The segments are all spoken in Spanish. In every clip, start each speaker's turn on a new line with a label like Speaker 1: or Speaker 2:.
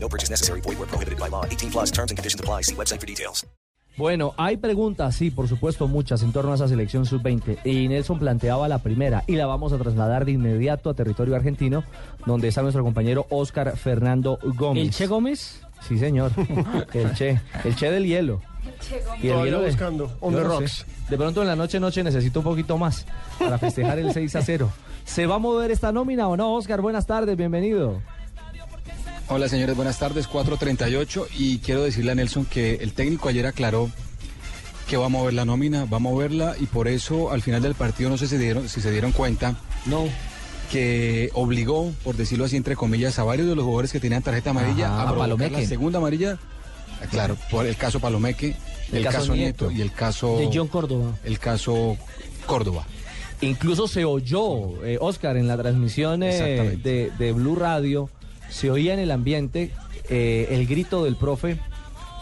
Speaker 1: No purchase necessary. Void where prohibited by law. 18 plus terms and conditions apply. See website for details.
Speaker 2: Bueno, hay preguntas, sí, por supuesto, muchas en torno a esa selección sub-20. Y Nelson planteaba la primera y la vamos a trasladar de inmediato a territorio argentino, donde está nuestro compañero Oscar Fernando Gómez.
Speaker 3: ¿El Che Gómez?
Speaker 2: Sí, señor. El Che. El Che del hielo. Y el
Speaker 4: Todavía
Speaker 2: de-
Speaker 4: buscando, on
Speaker 2: yo
Speaker 4: the
Speaker 2: no
Speaker 4: rocks.
Speaker 2: sé. De pronto en la noche, noche, necesito un poquito más para festejar el 6 a 0. ¿Se va a mover esta nómina o no, Oscar? Buenas tardes, bienvenido.
Speaker 5: Hola señores, buenas tardes, 4.38 y quiero decirle a Nelson que el técnico ayer aclaró que va a mover la nómina, va a moverla y por eso al final del partido, no sé si, dieron, si se dieron cuenta, no. que obligó, por decirlo así entre comillas, a varios de los jugadores que tenían tarjeta amarilla
Speaker 2: Ajá, a
Speaker 5: a, provocar
Speaker 2: Palomeque.
Speaker 5: la segunda amarilla, Ah, claro, por el caso Palomeque, el, caso, Nieto y el caso,
Speaker 2: Oh.
Speaker 3: De John Córdoba.
Speaker 5: el caso Córdoba.
Speaker 2: Incluso se oyó, eh, Oscar, en la transmisión eh,
Speaker 5: Exactamente.
Speaker 2: de, de Blue Radio, se oía en el ambiente eh, el grito del profe,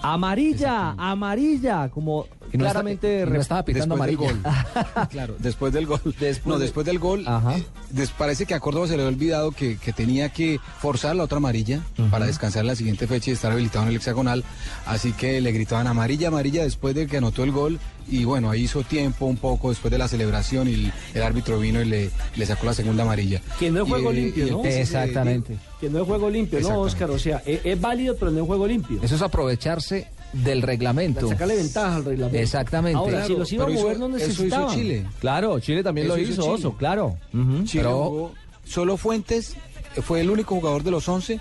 Speaker 2: amarilla, amarilla, como
Speaker 6: Y no está-
Speaker 2: claramente...
Speaker 6: y no
Speaker 2: re-
Speaker 6: estaba pitando
Speaker 5: Después
Speaker 6: amarillo.
Speaker 5: del gol. claro, después del gol.
Speaker 2: Después
Speaker 5: no,
Speaker 2: de-
Speaker 5: después del gol.
Speaker 2: Ajá.
Speaker 5: eh, des- parece que a Córdoba se le había olvidado que, que tenía que forzar la otra amarilla para descansar la siguiente fecha y estar habilitado en el hexagonal. Así que le gritaban amarilla, amarilla después de que anotó el gol. Y bueno, ahí hizo tiempo un poco después de la celebración y el, el árbitro vino y le, le sacó la segunda amarilla.
Speaker 3: Que no es juego
Speaker 5: eh,
Speaker 3: limpio,
Speaker 5: y el
Speaker 3: ¿no? Eh,
Speaker 5: PSG
Speaker 6: Exactamente.
Speaker 3: Que no es juego limpio, ¿no,
Speaker 5: Exactamente.
Speaker 3: Oscar? O sea, e- es, válido, pero no es juego limpio.
Speaker 6: Eso es aprovecharse del reglamento.
Speaker 3: Sacarle ventaja al reglamento.
Speaker 6: Exactamente.
Speaker 3: Ahora,
Speaker 6: Claro,
Speaker 3: si los iba a
Speaker 5: pero
Speaker 3: mover,
Speaker 5: hizo- eso
Speaker 3: no
Speaker 5: hizo
Speaker 3: necesitaban.
Speaker 5: Chile.
Speaker 2: Claro, Chile también
Speaker 5: Eso
Speaker 2: lo
Speaker 5: hizo
Speaker 2: hizo,
Speaker 5: Chile.
Speaker 2: Oso, claro. Ujú.
Speaker 5: Chile
Speaker 6: Pero-
Speaker 5: jugó- solo Fuentes eh, fue el único jugador de los 11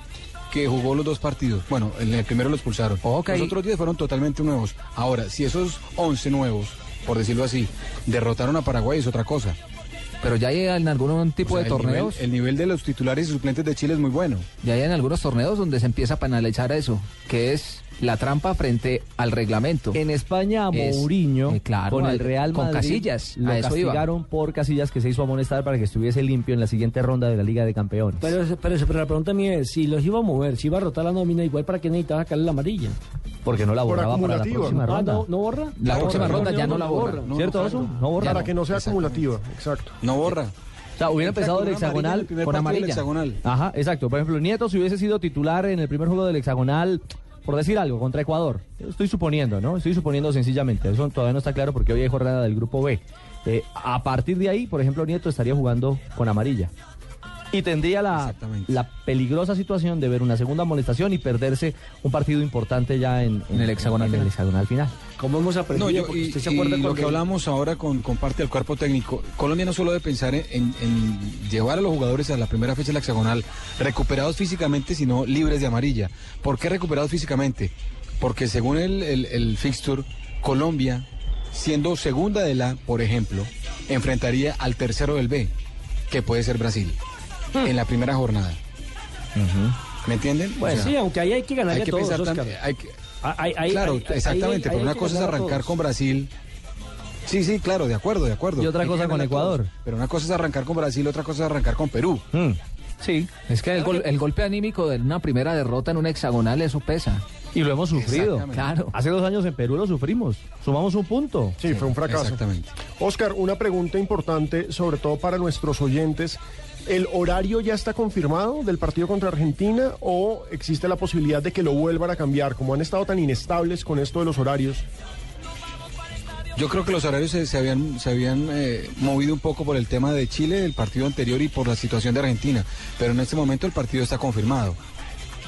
Speaker 5: que jugó los dos partidos. Bueno, en el primero lo expulsaron.
Speaker 6: Ok.
Speaker 5: Los otros 10 fueron totalmente nuevos. Ahora, si esos 11 nuevos, por decirlo así, derrotaron a Paraguay es otra cosa.
Speaker 6: Pero ya hay en algún tipo
Speaker 5: O sea,
Speaker 6: de
Speaker 5: el
Speaker 6: torneos,
Speaker 5: nivel- el nivel de los titulares y suplentes de Chile es muy bueno.
Speaker 6: ya hay en algunos torneos donde se empieza a penalizar eso, que es la trampa frente al reglamento.
Speaker 2: En España, a
Speaker 6: Es-
Speaker 2: Mourinho,
Speaker 6: eh, claro,
Speaker 2: con el
Speaker 6: al-
Speaker 2: Real
Speaker 6: con
Speaker 2: Madrid,
Speaker 6: Casillas,
Speaker 2: lo
Speaker 6: a eso iba.
Speaker 2: castigaron por Casillas, que se hizo amonestar para que estuviese limpio en la siguiente ronda de la Liga de Campeones.
Speaker 3: Pero, eso- pero, eso- pero la pregunta mía es, si los iba a mover, si iba a rotar la nómina, igual para qué necesitaba sacarle la amarilla.
Speaker 2: porque no la
Speaker 4: Por
Speaker 2: borraba para la
Speaker 4: acumulativa.
Speaker 2: próxima
Speaker 3: Ah,
Speaker 2: ronda.
Speaker 3: no, ¿no borra?
Speaker 6: La
Speaker 3: No
Speaker 6: próxima ronda ya no la borra.
Speaker 5: No,
Speaker 2: ¿Cierto,
Speaker 5: no,
Speaker 2: Oso?
Speaker 5: no.
Speaker 2: No borra.
Speaker 4: Para que no sea
Speaker 5: Exactamente.
Speaker 4: acumulativa, exacto.
Speaker 5: No borra.
Speaker 2: O sea, hubiera empezado del
Speaker 5: Una amarilla en
Speaker 2: hexagonal
Speaker 5: el primer
Speaker 2: con
Speaker 5: partido del
Speaker 2: amarilla.
Speaker 5: hexagonal.
Speaker 2: Ajá, exacto. Por ejemplo, Nieto si hubiese sido titular en el primer juego del hexagonal, por decir algo, contra Ecuador. Estoy suponiendo, ¿no? Estoy suponiendo sencillamente. Eso todavía no está claro porque hoy hay jornada del grupo B. Eh, a partir de ahí, por ejemplo, Nieto estaría jugando con amarilla. Y tendría la,
Speaker 5: Exactamente.
Speaker 2: la peligrosa situación de ver una segunda molestación y perderse un partido importante ya en,
Speaker 6: En el hexagonal
Speaker 2: en el
Speaker 6: final.
Speaker 2: hexagonal final.
Speaker 3: ¿Cómo hemos aprendido?
Speaker 5: No, yo,
Speaker 3: Porque
Speaker 5: y,
Speaker 3: usted se
Speaker 5: y
Speaker 3: acuerda
Speaker 5: lo
Speaker 3: cuando-
Speaker 5: que hablamos ahora con, con parte del cuerpo técnico, Colombia no solo debe pensar en, en- en llevar a los jugadores a la primera fecha de la hexagonal recuperados físicamente, sino libres de amarilla. ¿Por qué recuperados físicamente? Porque según el, el- el fixture, Colombia, siendo segunda de la, por ejemplo, enfrentaría al tercero del B, que puede ser Brasil, en la primera jornada. ¿Me entienden? O
Speaker 3: Bueno,
Speaker 5: sea,
Speaker 3: Pues sí, aunque ahí hay que ganarle
Speaker 5: hay
Speaker 3: a
Speaker 5: que
Speaker 3: todos,
Speaker 5: pensar
Speaker 3: Oscar.
Speaker 5: tam- hay que-
Speaker 3: Ah, hay- hay-
Speaker 5: claro,
Speaker 3: hay- hay- hay-
Speaker 5: exactamente, pero
Speaker 3: hay
Speaker 5: una
Speaker 3: que
Speaker 5: cosa es
Speaker 3: ganar a
Speaker 5: arrancar
Speaker 3: todos.
Speaker 5: con Brasil. Sí, sí, claro, de acuerdo, de acuerdo.
Speaker 2: Y otra
Speaker 5: Hay que
Speaker 2: cosa con
Speaker 5: ganarle a
Speaker 2: Ecuador.
Speaker 5: todos, Pero una cosa es arrancar con Brasil, otra cosa es arrancar con Perú.
Speaker 2: Mm, Sí,
Speaker 6: Es que el, gol- el golpe anímico de una primera derrota en un hexagonal, eso pesa.
Speaker 2: y lo hemos sufrido.
Speaker 5: Exactamente.
Speaker 6: Claro.
Speaker 2: Hace dos años en Perú lo sufrimos. Sumamos un punto.
Speaker 4: Sí, fue un fracaso.
Speaker 5: Exactamente.
Speaker 4: Oscar, una pregunta importante, sobre todo para nuestros oyentes. ¿El horario ya está confirmado del partido contra Argentina o existe la posibilidad de que lo vuelvan a cambiar? Como han estado tan inestables con esto de los horarios.
Speaker 5: Yo creo que los horarios se, se habían, se habían eh, movido un poco por el tema de Chile, del partido anterior y por la situación de Argentina. Pero en este momento el partido está confirmado.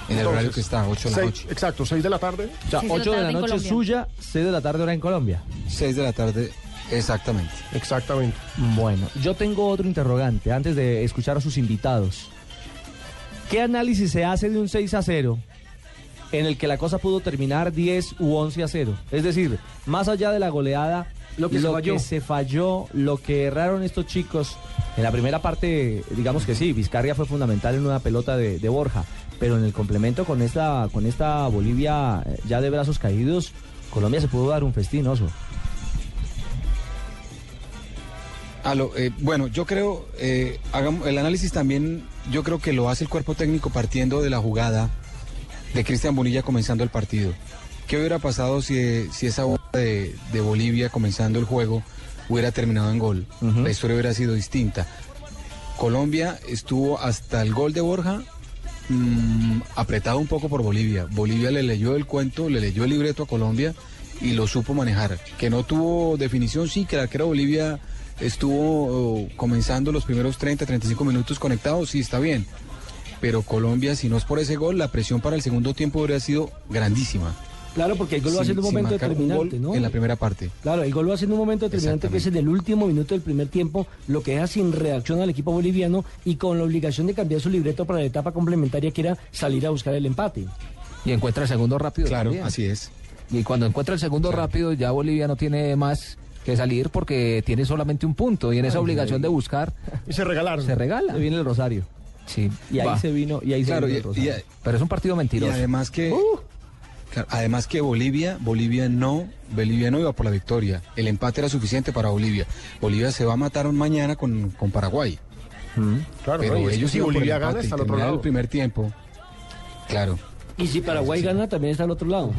Speaker 5: En el
Speaker 4: Entonces,
Speaker 5: horario que está, 8 de la
Speaker 4: seis-
Speaker 5: noche.
Speaker 4: Exacto, 6 de la tarde.
Speaker 2: O sea,
Speaker 7: Seis de la
Speaker 2: 8 de la
Speaker 7: tarde en
Speaker 2: noche
Speaker 7: Colombia.
Speaker 2: suya, 6 de la tarde hora en Colombia.
Speaker 5: 6 de la tarde, exactamente.
Speaker 4: Exactamente.
Speaker 2: Bueno, yo tengo otro interrogante antes de escuchar a sus invitados. ¿Qué análisis se hace de un 6 a 0 en el que la cosa pudo terminar 10 u 11 a 0? Es decir, más allá de la goleada,
Speaker 3: Lo que se falló.
Speaker 2: se falló, lo que erraron estos chicos. En la primera parte, digamos que sí, Vizcarria fue fundamental en una pelota de, de Borja, pero en el complemento con esta, con esta Bolivia eh, ya de brazos caídos, Colombia se pudo dar un festín, oso.
Speaker 5: Aló, eh, bueno, yo creo, eh, hagamos, el análisis también, yo creo que lo hace el cuerpo técnico partiendo de la jugada de Cristian Bonilla comenzando el partido. ¿Qué hubiera pasado si, si esa bola de, de Bolivia comenzando el juego hubiera terminado en gol?
Speaker 2: Ujú.
Speaker 5: La historia hubiera sido distinta. Colombia estuvo hasta el gol de Borja mm, apretado un poco por Bolivia. Bolivia le leyó el cuento, le leyó el libreto a Colombia y lo supo manejar. Que no tuvo definición, sí, que la arquera Bolivia estuvo eh, comenzando los primeros 30, 35 minutos conectados, sí, está bien. Pero Colombia, si no es por ese gol, la presión para el segundo tiempo hubiera sido grandísima.
Speaker 3: Claro, porque el gol lo
Speaker 5: Si-
Speaker 3: hace en un
Speaker 5: si
Speaker 3: momento
Speaker 5: marcan un
Speaker 3: determinante,
Speaker 5: gol
Speaker 3: ¿no?
Speaker 5: En la primera parte.
Speaker 3: Claro, el gol lo hace en un momento determinante que es en el último minuto del primer tiempo, lo que deja sin reacción al equipo boliviano y con la obligación de cambiar su libreto para la etapa complementaria que era salir a buscar el empate.
Speaker 6: Y encuentra el segundo rápido.
Speaker 5: Claro,
Speaker 6: también.
Speaker 5: así es.
Speaker 6: Y cuando encuentra el segundo rápido, ya Bolivia no tiene más que salir porque tiene solamente un punto y en esa obligación de buscar
Speaker 4: Y se regalaron.
Speaker 6: se regala.
Speaker 2: Se viene el Rosario.
Speaker 6: Sí,
Speaker 2: Y ahí
Speaker 6: va.
Speaker 2: se vino, y ahí se
Speaker 5: Claro,
Speaker 2: vino
Speaker 5: y,
Speaker 2: el Rosario.
Speaker 5: y-
Speaker 6: Pero es un partido
Speaker 5: y
Speaker 6: mentiroso.
Speaker 5: además que. claro, además que Bolivia, Bolivia no, Bolivia no iba por la victoria. El empate era suficiente para Bolivia. Bolivia se va a matar mañana con, con Paraguay.
Speaker 4: Claro,
Speaker 5: pero
Speaker 4: no, y es que
Speaker 5: ellos
Speaker 4: si
Speaker 5: iban por el
Speaker 4: Bolivia
Speaker 5: empate
Speaker 4: gana,
Speaker 5: y
Speaker 4: está al otro
Speaker 5: terminaron
Speaker 4: lado.
Speaker 5: el primer tiempo. Claro.
Speaker 3: Y si Paraguay gana, también está al otro lado.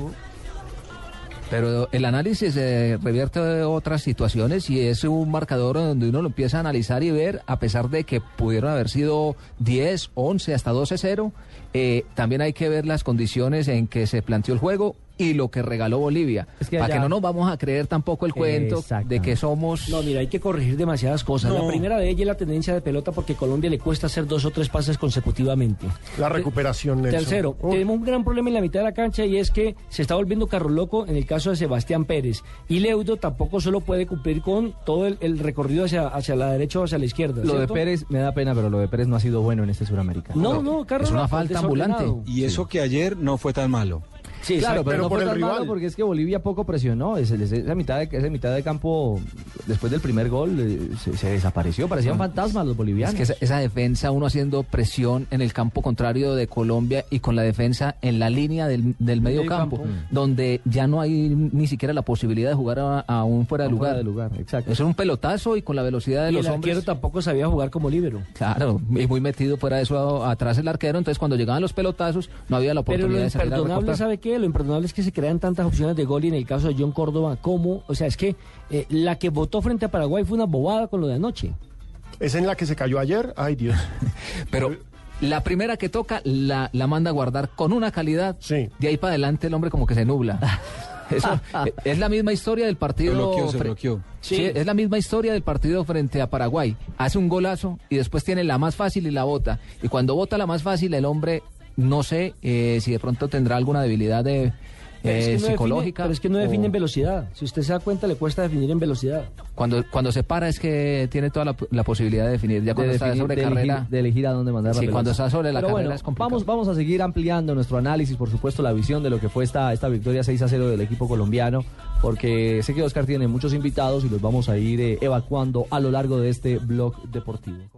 Speaker 6: Pero el análisis eh, revierte otras situaciones y es un marcador donde uno lo empieza a analizar y ver, a pesar de que pudieron haber sido 10, 11, hasta 12-0, eh, también hay que ver las condiciones en que se planteó el juego y lo que regaló Bolivia.
Speaker 2: Es que
Speaker 6: para que
Speaker 2: allá-
Speaker 6: no nos vamos a creer tampoco el cuento de
Speaker 2: Exactamente.
Speaker 6: que somos...
Speaker 3: No, mira, hay que corregir demasiadas cosas. La primera de ellas es la tendencia de pelota porque Colombia le cuesta hacer dos o tres pases consecutivamente.
Speaker 4: La recuperación, Nelson.
Speaker 3: Tercero,
Speaker 4: Uy,
Speaker 3: tenemos un gran problema en la mitad de la cancha y es que se está volviendo carro loco en el caso de Sebastián Pérez. Y Leudo tampoco solo puede cumplir con todo el, el recorrido hacia, hacia la derecha o hacia la izquierda.
Speaker 2: Lo de
Speaker 3: ¿cierto?
Speaker 2: Pérez me da pena, pero lo de Pérez no ha sido bueno en este Suramericano.
Speaker 3: No, no, carro
Speaker 6: Es una
Speaker 3: loco,
Speaker 6: falta
Speaker 3: desordenado.
Speaker 6: ambulante.
Speaker 5: Y eso que ayer no fue tan malo.
Speaker 3: Sí,
Speaker 2: Claro, pero,
Speaker 3: exacto.
Speaker 4: pero
Speaker 2: no
Speaker 4: por
Speaker 2: fue
Speaker 4: el
Speaker 2: tan
Speaker 4: rival.
Speaker 2: malo porque es que Bolivia poco presionó. Ese, ese- esa, mitad de, esa mitad de campo, después del primer gol, eh, se, se desapareció. Parecían fantasmas los
Speaker 6: Ah. Es
Speaker 2: bolivianos.
Speaker 6: que esa, esa defensa, uno haciendo presión en el campo contrario de Colombia y con la defensa en la línea del, del medio campo, Mm.
Speaker 2: campo.
Speaker 6: donde ya no hay ni siquiera la posibilidad de jugar a, a un fuera de
Speaker 2: A un
Speaker 6: lugar.
Speaker 2: fuera de lugar, exacto.
Speaker 6: Eso era un pelotazo y con la velocidad de
Speaker 3: Y
Speaker 6: los
Speaker 3: el
Speaker 6: hombres.
Speaker 3: arquero tampoco sabía jugar como líbero.
Speaker 6: Claro, y muy metido fuera de eso a- atrás el arquero, entonces cuando llegaban los pelotazos no había la
Speaker 3: Pero
Speaker 6: oportunidad
Speaker 3: lo
Speaker 6: de salir a
Speaker 3: imperdonable,
Speaker 6: recortar.
Speaker 3: ¿sabe qué? Lo imperdonable es que se crean tantas opciones de gol y en el caso de John Córdoba, ¿cómo? O sea, es que eh, la que votó frente a Paraguay fue una bobada con lo de anoche.
Speaker 4: Es en la que se cayó ayer. Ay, Dios.
Speaker 6: Pero la primera que toca la, la manda a guardar con una calidad.
Speaker 4: Sí.
Speaker 6: De ahí para adelante el hombre como que se nubla. Eso, eh, es la misma historia del partido.
Speaker 5: Se bloqueó, se
Speaker 6: fre-
Speaker 5: bloqueó.
Speaker 6: Sí,
Speaker 3: Sí.
Speaker 6: es la misma historia del partido frente a Paraguay. Hace un golazo y después tiene la más fácil y la bota. Y cuando bota la más fácil, el hombre no sé eh, si de pronto tendrá alguna debilidad de,
Speaker 3: Pero es
Speaker 6: eh,
Speaker 3: que no define-
Speaker 6: psicológica. Oh.
Speaker 3: pero es que no define
Speaker 6: o-
Speaker 3: en velocidad. Si usted se da cuenta, le cuesta definir en velocidad.
Speaker 6: Cuando, cuando se para es que tiene toda la, la posibilidad de definir. Ya
Speaker 2: de,
Speaker 6: cuando está
Speaker 2: definir-
Speaker 6: sobre
Speaker 2: de
Speaker 6: carrera.
Speaker 2: elegir, de elegir a dónde mandar la
Speaker 6: Sí,
Speaker 2: pelota.
Speaker 6: cuando está sobre la
Speaker 2: Pero
Speaker 6: carrera
Speaker 2: bueno,
Speaker 6: es complicado.
Speaker 2: vamos, vamos a seguir ampliando nuestro análisis, por supuesto, la visión de lo que fue esta, esta victoria 6 a 0 del equipo colombiano, porque sé que Oscar tiene muchos invitados y los vamos a ir eh, evacuando a lo largo de este blog deportivo.